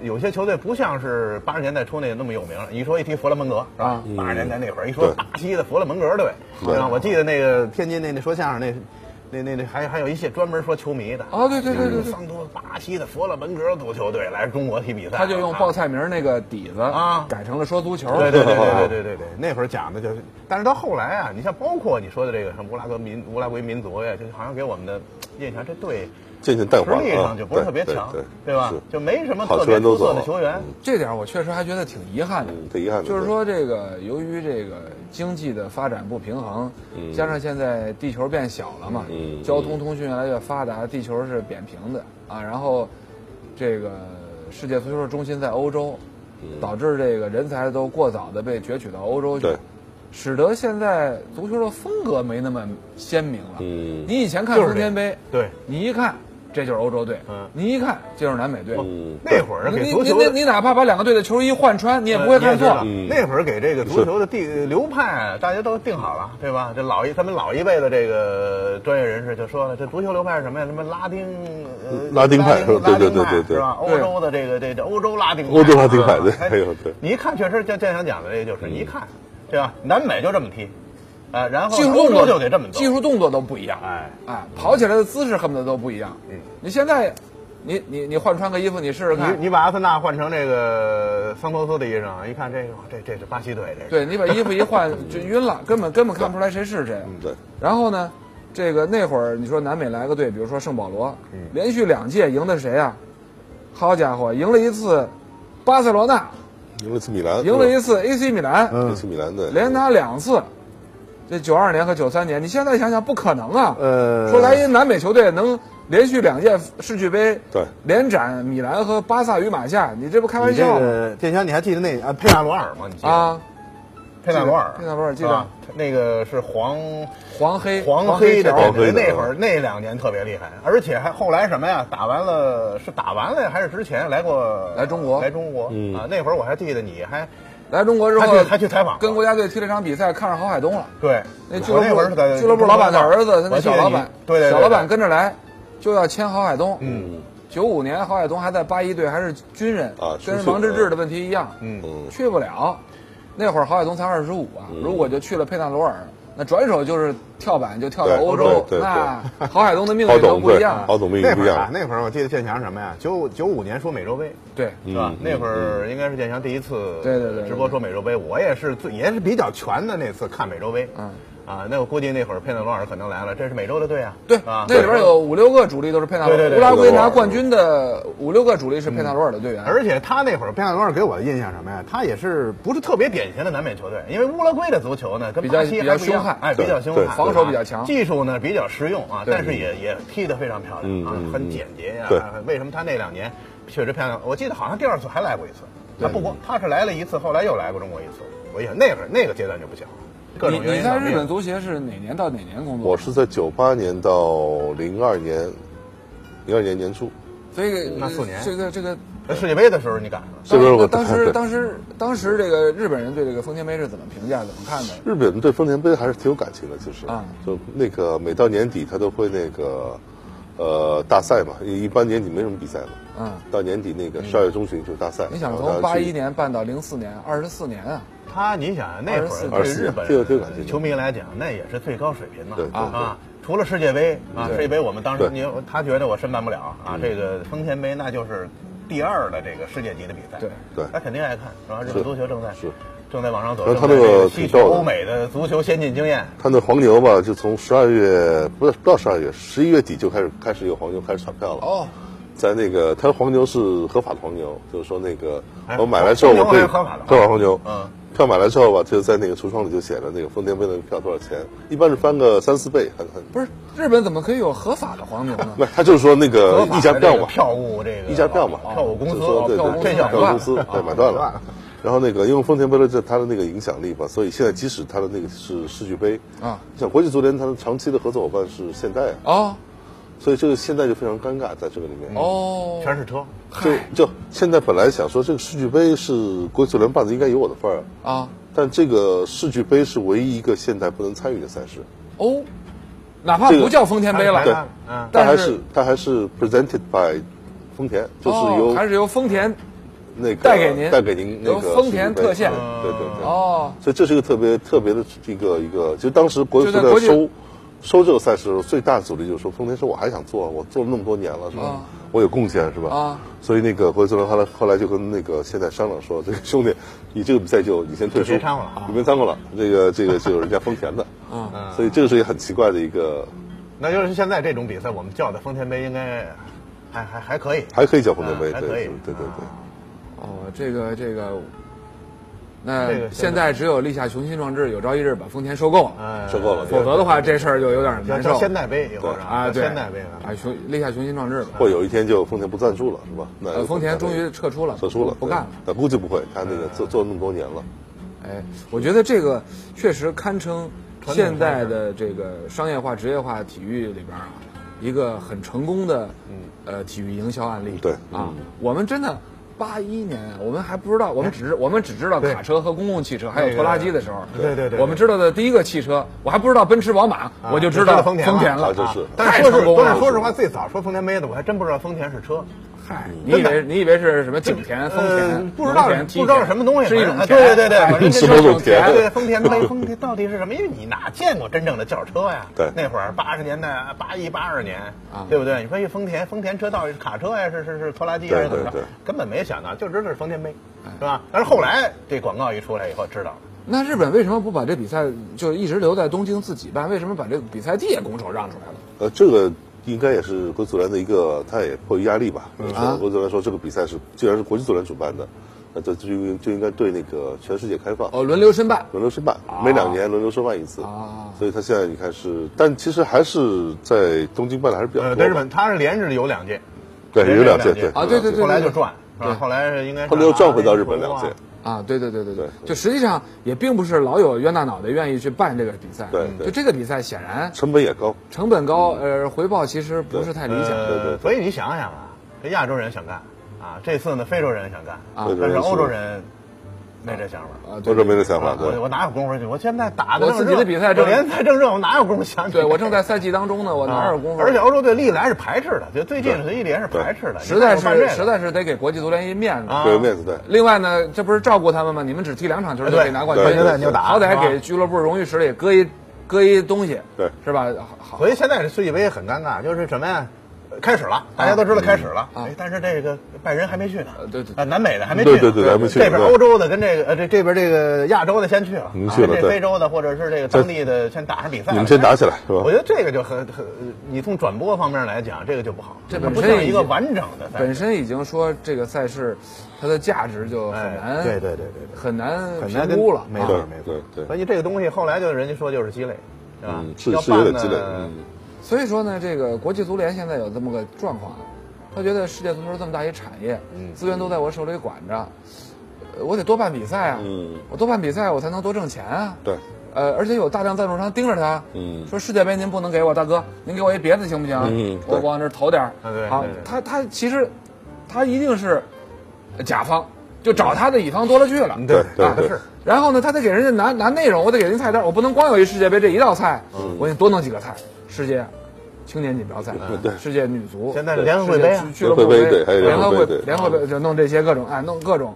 Speaker 4: 有些球队不像是八十年代初那那么有名了，一说一提佛罗门格是吧？八十年代那会儿一说
Speaker 3: 对
Speaker 4: 巴西的佛罗门格队，
Speaker 3: 对
Speaker 4: 啊，我记得那个天津那那说相声那，那那那还还有一些专门说球迷的
Speaker 2: 哦对对对对对
Speaker 4: 桑托巴西的佛罗门格足球队来中国踢比赛，
Speaker 2: 他就用报菜名儿那个底子
Speaker 4: 啊
Speaker 2: 改成了说足球。
Speaker 4: 对对对对对对对对，那会儿讲的就是，但是到后来啊，你像包括你说的这个什么乌拉圭民乌拉圭民族呀，就好像给我们的印象，这队
Speaker 3: 渐渐淡
Speaker 4: 实
Speaker 3: 化
Speaker 4: 力
Speaker 3: 了
Speaker 4: 上
Speaker 3: 啊，
Speaker 4: 就不是特别强
Speaker 3: 对，
Speaker 4: 对吧
Speaker 3: 是？
Speaker 4: 就没什么
Speaker 3: 好
Speaker 4: 特
Speaker 3: 球
Speaker 4: 别
Speaker 3: 员
Speaker 4: 出
Speaker 3: 都
Speaker 4: 色
Speaker 3: 走
Speaker 4: 的
Speaker 3: 了
Speaker 4: 球员，
Speaker 2: 这点儿我确实还觉得挺遗憾的。
Speaker 3: 嗯挺遗憾的
Speaker 2: 就是说这个由于这个经济的发展不平衡，加上现在地球变小了嘛，
Speaker 3: 嗯
Speaker 2: 交通通讯越来越发达，地球是扁平的啊，然后这个世界足球的中心在欧洲，导致这个人才都过早的被攫取到欧洲去
Speaker 3: 嗯对。
Speaker 2: 使得现在足球的风格没那么鲜明了。
Speaker 3: 嗯
Speaker 2: 你以前看
Speaker 4: 就是
Speaker 2: 丰
Speaker 4: 这
Speaker 2: 田
Speaker 4: 样
Speaker 2: 杯，
Speaker 4: 对
Speaker 2: 你一看，这就是欧洲队。
Speaker 4: 嗯
Speaker 2: 你一看就是南美队。
Speaker 3: 嗯，
Speaker 4: 那会儿给
Speaker 2: 你
Speaker 4: 足
Speaker 2: 你
Speaker 4: 球
Speaker 2: 你
Speaker 4: 的
Speaker 2: 你哪怕把两个队的球衣换穿，你也不会看
Speaker 4: 知道
Speaker 2: 错。
Speaker 3: 嗯
Speaker 4: 那会儿给这个足球的地流派，啊大家都定好了，对吧？这老一咱们老一辈的这个专业人士就说了，这足球流派是什么呀？什么拉丁呃
Speaker 3: 拉丁派对
Speaker 4: 拉
Speaker 3: 对
Speaker 4: 丁派
Speaker 3: 对对对
Speaker 4: 是吧？欧
Speaker 2: 对
Speaker 4: 洲的这个这这欧洲拉丁
Speaker 3: 欧洲拉丁派
Speaker 4: 是吧
Speaker 3: 对
Speaker 4: 哎
Speaker 3: 还有对嗯
Speaker 4: 你一看确实像建强讲的，这就是一看，对吧？南美就这么踢，啊，然后
Speaker 2: 技术
Speaker 4: 欧
Speaker 2: 动
Speaker 4: 洲
Speaker 2: 作
Speaker 4: 就得这么走
Speaker 2: 技，术动作都不一样。
Speaker 4: 哎，
Speaker 2: 哎，跑起来的姿势恨不得都不一样。
Speaker 4: 嗯
Speaker 2: 你现在，你你你换穿个衣服，你试试看
Speaker 4: 你。你把阿森纳换成这个桑托斯的衣裳，一看这个这这是巴西队，这是
Speaker 2: 对你把衣服一 换就晕了，根本根本看不出来谁是谁。
Speaker 4: 嗯
Speaker 3: 对，
Speaker 2: 然后呢，这个那会儿你说南美来个队，比如说圣保罗，
Speaker 4: 嗯
Speaker 2: 连续两届赢的谁啊？好家伙，赢了一次巴塞罗那，
Speaker 3: 赢了一次米兰，
Speaker 2: 赢了一次 AC 米兰，
Speaker 3: 嗯一次米兰对，
Speaker 2: 连拿两次。这九二年和九三年，你现在想想不可能啊！
Speaker 4: 呃
Speaker 2: 说来一南美球队能连续两届世俱杯，
Speaker 3: 对
Speaker 2: 连斩米兰和巴萨于马下，你这不开玩
Speaker 4: 你这
Speaker 2: 笑吗？
Speaker 4: 个建强，你还记得那啊佩纳罗尔吗？你记得吗
Speaker 2: 啊，
Speaker 4: 佩纳罗尔，
Speaker 2: 佩纳罗尔记
Speaker 4: 是
Speaker 2: 得
Speaker 4: 吧那个是黄
Speaker 2: 黄黑
Speaker 4: 黄黑的
Speaker 2: 条
Speaker 4: 感
Speaker 3: 黄
Speaker 4: 觉，
Speaker 3: 黑的
Speaker 4: 那会儿那两年特别厉害，而且还后来什么呀？打完了是打完了还是之前来过
Speaker 2: 来中国
Speaker 4: 来中国
Speaker 3: 嗯
Speaker 4: 啊？那会儿我还记得你还
Speaker 2: 来中国之
Speaker 4: 他
Speaker 2: 后
Speaker 4: 去，他去采访
Speaker 2: 跟国
Speaker 4: 家
Speaker 2: 家队踢了场比赛，看上郝海东了。
Speaker 4: 对
Speaker 2: 那俱
Speaker 4: 我
Speaker 2: 乐
Speaker 4: 那会儿是在
Speaker 2: 部俱乐部老板的儿子，他
Speaker 4: 我
Speaker 2: 那
Speaker 4: 记得
Speaker 2: 小
Speaker 4: 你
Speaker 2: 老板，
Speaker 4: 对对对
Speaker 2: 小老板跟着来，就要签郝海东。
Speaker 4: 嗯
Speaker 2: 九五年郝海东还在八一队，还是军人
Speaker 3: 啊
Speaker 2: 跟
Speaker 3: 出去
Speaker 2: 王治郅的问题一样，
Speaker 4: 嗯
Speaker 3: 嗯
Speaker 2: 去不了。那会儿郝海东才二十五啊，
Speaker 3: 嗯
Speaker 2: 如果就去了佩纳罗尔，那转手就是跳板，就跳到
Speaker 3: 对
Speaker 2: 欧洲。
Speaker 3: 对对
Speaker 2: 那郝海东的命
Speaker 3: 郝
Speaker 2: 运都
Speaker 3: 董
Speaker 2: 不一
Speaker 3: 对
Speaker 2: 样。
Speaker 3: 郝董命运
Speaker 4: 那
Speaker 3: 不
Speaker 4: 会
Speaker 3: 一
Speaker 4: 儿啊
Speaker 3: 样，
Speaker 4: 那会儿我记得建强什么呀？九九五年说美洲杯。
Speaker 2: 对，
Speaker 4: 是吧
Speaker 3: 嗯？
Speaker 4: 那会儿应该是建强第一次
Speaker 2: 对对对对
Speaker 4: 直播说美洲杯，我也是最也是比较全的那次看美洲杯。
Speaker 2: 嗯
Speaker 4: 啊，那我估计那会儿佩内罗尔可能来了，这是美洲的队啊。
Speaker 2: 对，
Speaker 4: 啊，
Speaker 2: 那里边有五六个主力都是佩纳罗
Speaker 4: 对
Speaker 2: 尔，
Speaker 4: 对对嗯
Speaker 2: 乌拉圭
Speaker 3: 佩
Speaker 2: 拿
Speaker 3: 纳罗尔
Speaker 2: 冠军的五六个主力是佩纳罗尔的队员。
Speaker 4: 而且他那会儿佩内罗尔给我的印象什么呀？他也是不是特别典型的南美球队，因为乌拉圭的足球呢跟
Speaker 2: 比较
Speaker 4: 巴西
Speaker 2: 比较
Speaker 4: 还不一样
Speaker 2: 凶悍
Speaker 4: 哎，比较凶悍，
Speaker 3: 对
Speaker 2: 防守比较强
Speaker 4: 技术呢比较实用啊，
Speaker 2: 对
Speaker 4: 但是也也踢得非常漂亮啊
Speaker 3: 嗯嗯，
Speaker 4: 很简洁呀
Speaker 3: 对。
Speaker 4: 为什么他那两年确实漂亮？我记得好像第二次还来过一次，他不光他是来了一次，后来又来过中国一次。我也那会儿那个阶段就不行了，各
Speaker 2: 你
Speaker 4: 种原
Speaker 2: 你
Speaker 4: 因
Speaker 2: 在
Speaker 4: 导致。
Speaker 2: 日本足协是哪年到哪年工作？
Speaker 3: 我是在九八年到零二年，零二年年初，
Speaker 2: 所以
Speaker 4: 那四年
Speaker 2: 这个这个，
Speaker 4: 世界杯的时候你赶上了。
Speaker 3: 这边我
Speaker 2: 当
Speaker 3: 看
Speaker 2: 时
Speaker 3: 对
Speaker 2: 当时当时这个日本人对这个丰田杯是怎么评价、怎么看的？
Speaker 3: 日本对丰田杯还是挺有感情的，其实
Speaker 4: 嗯
Speaker 2: 啊
Speaker 3: 就那个每到年底他都会那个，呃，大赛嘛，一一般年底没什么比赛嘛，
Speaker 2: 嗯，
Speaker 3: 到年底那个十二月中旬就大赛。
Speaker 2: 你想
Speaker 3: 然后
Speaker 2: 从
Speaker 3: 大家
Speaker 2: 八
Speaker 3: 去
Speaker 2: 一年办到零四年，二十四年啊，
Speaker 4: 他，你想那会
Speaker 2: 24
Speaker 4: 儿对
Speaker 3: 24
Speaker 4: 日本
Speaker 3: 这个这个感觉
Speaker 4: 球迷来讲，那也是最高水平
Speaker 3: 对
Speaker 4: 了
Speaker 3: 对
Speaker 4: 啊！除了世界杯啊，
Speaker 3: 对
Speaker 4: 世界杯我们当
Speaker 3: 对
Speaker 4: 时
Speaker 3: 嗯
Speaker 4: 你他觉得我申办不了啊，这个丰田杯那就是第二的这个世界级的比赛，
Speaker 2: 对
Speaker 3: 对
Speaker 4: 他肯定爱看是吧？日本足球正在
Speaker 3: 是
Speaker 4: 正在往上走，
Speaker 3: 然后他
Speaker 4: 正在
Speaker 3: 那个
Speaker 4: 这吸取
Speaker 3: 挺逗的
Speaker 4: 欧美的足球先进经验，
Speaker 3: 他那黄牛吧，就从十二月不是不到十二月，十一月底就开始开始有黄牛开始炒票了。
Speaker 2: 哦，
Speaker 3: 在那个他黄牛是合法的黄牛，就是说那个
Speaker 4: 哎
Speaker 3: 我买来之后我
Speaker 4: 黄牛
Speaker 3: 可以
Speaker 4: 还是合法的
Speaker 3: 合法黄牛，
Speaker 4: 嗯，
Speaker 3: 票买来之后吧，就在那个橱窗里就写着那个丰田杯的票多少钱，一般是翻个三四倍，很很
Speaker 2: 不是日本怎么可以有合法的黄牛 呢？
Speaker 3: 不是，他就是说那个
Speaker 4: 合法
Speaker 3: 溢价
Speaker 4: 的
Speaker 3: 呃票
Speaker 4: 这个
Speaker 3: 嘛，
Speaker 4: 票务这个哦
Speaker 3: 溢价票嘛，
Speaker 2: 哦
Speaker 4: 票务公司
Speaker 3: 就，说对
Speaker 4: 票务
Speaker 3: 对，
Speaker 4: 公
Speaker 2: 这
Speaker 4: 司
Speaker 2: 叫哦票
Speaker 3: 票务
Speaker 2: 务
Speaker 3: 公司对买断
Speaker 4: 买断
Speaker 3: 了。然后那个，因为丰田杯的这它的那个影响力吧，所以现在即使它的那个是世俱杯
Speaker 2: 啊，
Speaker 3: 像国际足联它的长期的合作伙伴是现代啊，
Speaker 2: 哦
Speaker 3: 所以这个现代就非常尴尬在这个里面。
Speaker 2: 哦，
Speaker 4: 全是车，
Speaker 3: 就就现在本来想说这个世俱杯是国际足联办的，应该有我的份儿，
Speaker 2: 啊
Speaker 3: 但这个世俱杯是唯一一个现代不能参与的赛事，
Speaker 2: 哦，哪怕
Speaker 3: 这个
Speaker 2: 不叫丰田杯
Speaker 4: 对
Speaker 2: 了，
Speaker 4: 嗯
Speaker 3: 它还
Speaker 2: 但是
Speaker 3: 是它还是 presented by 丰田，就是由
Speaker 2: 哦还是由丰田
Speaker 3: 那个
Speaker 2: 带给您
Speaker 3: 带给您那
Speaker 2: 由
Speaker 3: 个
Speaker 2: 丰田
Speaker 3: 世俱杯
Speaker 2: 特限
Speaker 3: 对对对。
Speaker 2: 哦，
Speaker 3: 所以这是一个特别特别的一个一个，就当时国际
Speaker 2: 就
Speaker 3: 足
Speaker 2: 在国
Speaker 3: 联
Speaker 2: 际
Speaker 3: 收收这个赛事的时候，最大的阻力就是说，丰田说我还想做，我做了那么多年了，是吧？
Speaker 2: 啊
Speaker 3: 我有贡献是吧？
Speaker 2: 啊
Speaker 3: 所以那个国际足联后来后来就跟那个现在商量说，这个兄弟，你这个比赛就你先退出，
Speaker 4: 别掺和了啊
Speaker 3: 你别掺和了，这个这个就是人家丰 田的，
Speaker 2: 啊
Speaker 3: 所以这个是一个很奇怪的一个，
Speaker 4: 那就是现在这种比赛，我们叫的丰田杯应该还还还可以，
Speaker 3: 还可以叫丰田杯，
Speaker 4: 啊还
Speaker 3: 对
Speaker 4: 可以
Speaker 3: 对对对
Speaker 2: 嗯
Speaker 3: 对。
Speaker 2: 哦，这个这个。
Speaker 4: 这个
Speaker 2: 那
Speaker 4: 现
Speaker 2: 现在
Speaker 4: 在
Speaker 2: 只有立下雄心壮志，有朝一日把丰田收购了，
Speaker 4: 嗯，
Speaker 3: 受够了
Speaker 2: 否则的话这事儿就有点
Speaker 4: 叫
Speaker 2: 难
Speaker 4: 叫
Speaker 2: 受。
Speaker 4: 现代杯以后是吧
Speaker 2: 啊，
Speaker 4: 叫
Speaker 2: 对，
Speaker 4: 现代杯了。
Speaker 2: 啊，雄立下雄心壮志吧。
Speaker 3: 或有一天就丰田不赞助了，是吧？那
Speaker 4: 哎
Speaker 2: 呃，丰田终于撤出了，
Speaker 3: 撤出了，
Speaker 2: 不干了。
Speaker 3: 对。那估计不会，他那个做做了那么多年了，
Speaker 2: 哎，我觉得这个确实堪称现代的这个商业化、职业化体育里边啊，一个很成功的，
Speaker 4: 嗯
Speaker 2: 呃，体育营销案例。
Speaker 3: 对
Speaker 2: 啊，我们真的八一年，啊我们还不知道，我们只我们只知道卡车和公共汽车，还有拖拉机的时候。
Speaker 4: 哎对对对啊
Speaker 2: 我们知道的第一个汽车，我还不知道奔驰、宝马，我就知
Speaker 4: 知
Speaker 2: 道
Speaker 4: 道丰田了
Speaker 2: 了。
Speaker 3: 啊就是
Speaker 2: 啊
Speaker 4: 但
Speaker 2: 太
Speaker 4: 是说
Speaker 2: 成
Speaker 4: 是，
Speaker 2: 功
Speaker 4: 但是
Speaker 2: 了。
Speaker 4: 说实话，最早说丰田杯的，我还真不知道丰田是车。
Speaker 2: 嗨，
Speaker 4: 嗯
Speaker 2: 你以为你以为是什么景田、啊丰
Speaker 4: 呃
Speaker 2: 田，、
Speaker 4: 不知道
Speaker 2: 农
Speaker 4: 是
Speaker 2: 田
Speaker 4: 不知道是什么东西，
Speaker 2: 是一种
Speaker 4: 反
Speaker 2: 田。啊
Speaker 4: 正啊对对对对，反正就是
Speaker 3: 是某种
Speaker 4: 对
Speaker 3: 田
Speaker 4: 对对丰田杯，丰田到底是什么？因为你哪见过真正的轿车呀？
Speaker 3: 对
Speaker 4: 那会儿八十年代八一八二年
Speaker 2: 啊
Speaker 4: 对不对？你说一丰田，丰田车到底是卡车呀，是是是拖拉机还是
Speaker 3: 对
Speaker 4: 怎么着
Speaker 3: 对对？
Speaker 4: 根本没想到，就知道是丰田杯，
Speaker 2: 哎
Speaker 4: 是吧？但是后来这广告一出来以后，知道了。
Speaker 2: 那日本为什么不把这比赛就一直留在东京自己办？为什么把这个比赛地也拱手让出来了？
Speaker 3: 呃，这个应该也是国际足联的一个，他也迫于压力吧。
Speaker 2: 啊
Speaker 3: 嗯，国际足联说这个比赛是既然是国际足联主办的，那这就应就应该对那个全世界开放。
Speaker 2: 哦，轮流申办。
Speaker 3: 轮流申办，每两年轮流申办一次
Speaker 2: 啊
Speaker 3: 所以他现在你看是，但其实还是在东京办的还是比较
Speaker 4: 呃，
Speaker 3: 多。
Speaker 4: 在日本，他是连着有两届，
Speaker 3: 对
Speaker 4: 连
Speaker 3: 有
Speaker 4: 着
Speaker 3: 两
Speaker 4: 有
Speaker 3: 届
Speaker 4: 两届
Speaker 2: 啊对对对
Speaker 4: 后来
Speaker 2: 对
Speaker 4: 就转，是
Speaker 2: 对
Speaker 4: 吧？后来是应该是
Speaker 3: 后来又
Speaker 4: 拿
Speaker 3: 转回
Speaker 4: 那个
Speaker 3: 到日本
Speaker 4: 国
Speaker 3: 两
Speaker 4: 啊
Speaker 3: 届。
Speaker 2: 啊，对对对对对
Speaker 3: 对，
Speaker 2: 就实际上也并不是老有冤大脑袋愿意去办这个比赛。嗯
Speaker 3: 对对
Speaker 2: 就这个比赛显然
Speaker 3: 成本也高，
Speaker 2: 成本高，呃，回报其实不是太理想。
Speaker 3: 对对
Speaker 4: 呃，所以你想想啊，这亚洲人想干啊，这次呢非洲人想干
Speaker 2: 啊
Speaker 4: 但是欧洲人没这想法。
Speaker 2: 啊，
Speaker 3: 我
Speaker 2: 对
Speaker 3: 这没这想法，
Speaker 4: 我
Speaker 3: 对，
Speaker 4: 我哪有功夫去？我现在打
Speaker 2: 我
Speaker 4: 得正
Speaker 2: 自己的
Speaker 4: 热
Speaker 2: 比赛正
Speaker 4: 我联赛正热，我哪有功夫想你？啊
Speaker 2: 对，我正在赛季当中呢，
Speaker 3: 啊
Speaker 2: 我哪有功夫？
Speaker 4: 而且欧洲队历来是排斥的，就最近
Speaker 3: 对
Speaker 4: 是一连是排斥的，
Speaker 2: 实在
Speaker 4: 你看我办这
Speaker 2: 是
Speaker 4: 个
Speaker 2: 实在是得给国际足联一面子。
Speaker 4: 啊
Speaker 3: 对面子对。
Speaker 2: 另外呢，这不是照顾他们吗？你们只踢两场球就可以拿冠军，
Speaker 3: 对对对对你就
Speaker 4: 打
Speaker 2: 好歹
Speaker 4: 是吧
Speaker 2: 给俱乐部荣誉室里搁一搁一东西，
Speaker 3: 对
Speaker 2: 是吧？好，好
Speaker 4: 所以现在这世界杯也很尴尬，就是什么呀？呃开始了，大家都知道开始了，
Speaker 2: 啊
Speaker 4: 哎但是这个拜仁还没去呢
Speaker 2: 呃，对对
Speaker 4: 啊，南美的还没去
Speaker 3: 对对
Speaker 4: 呢，
Speaker 3: 对还没去
Speaker 4: 这边
Speaker 3: 对
Speaker 4: 欧洲的跟这个呃这这边这个亚洲的先去了，
Speaker 3: 您
Speaker 4: 啊
Speaker 3: 去了
Speaker 4: 这
Speaker 3: 对
Speaker 4: 非洲的或者是这个当地的先打上比赛了，
Speaker 3: 你们先打起来是吧
Speaker 4: 我觉得这个就很很，你从转播方面来讲，这个就不好，
Speaker 2: 这
Speaker 4: 它
Speaker 2: 本
Speaker 4: 不
Speaker 2: 身
Speaker 4: 像
Speaker 2: 已
Speaker 4: 一个
Speaker 2: 经
Speaker 4: 完整的赛
Speaker 2: 本
Speaker 4: 事，
Speaker 2: 身已经说这个赛事它的价值就很难，
Speaker 4: 哎对对对对对
Speaker 2: 很难
Speaker 4: 很难
Speaker 2: 评估了，
Speaker 4: 没
Speaker 2: 啊
Speaker 4: 错
Speaker 3: 对
Speaker 4: 没错，
Speaker 3: 对对
Speaker 4: 所以这个东西后来就人家说就是鸡肋，是吧
Speaker 3: 嗯，？是
Speaker 4: 要
Speaker 3: 是有
Speaker 4: 办
Speaker 3: 点
Speaker 4: 呢
Speaker 3: 积累，嗯，
Speaker 2: 所以说呢，这个国际足联现在有这么个状况，他觉得世界足球这么大一产业，
Speaker 4: 嗯
Speaker 2: 资源都在我手里管着，呃我得多办比赛啊，
Speaker 3: 嗯
Speaker 2: 我多办比赛我才能多挣钱啊。
Speaker 3: 对，
Speaker 2: 呃，而且有大量赞助商盯着他，
Speaker 3: 嗯
Speaker 2: 说世界杯您不能给我，大哥，您给我一别的行不行？
Speaker 3: 嗯
Speaker 2: 我
Speaker 3: 对
Speaker 2: 往这儿投点儿。
Speaker 4: 啊对
Speaker 2: 好
Speaker 4: 对对，
Speaker 2: 他他其实，他一定是甲方，就找他的乙方多了去了。
Speaker 4: 对
Speaker 3: 对
Speaker 4: 啊
Speaker 3: 对
Speaker 4: 是。
Speaker 2: 然后呢，他得给人家拿拿内容，我得给人菜单，我不能光有一世界杯这一道菜，
Speaker 4: 嗯
Speaker 2: 我得多弄几个菜，世界青年锦标赛，世界女足，
Speaker 4: 嗯现在是联合会杯啊
Speaker 2: 世界俱俱乐部
Speaker 3: 联合会杯对还有
Speaker 2: 联合
Speaker 3: 联合
Speaker 2: 会
Speaker 3: 会杯对
Speaker 2: 联合会就弄这些各种哎，弄各种。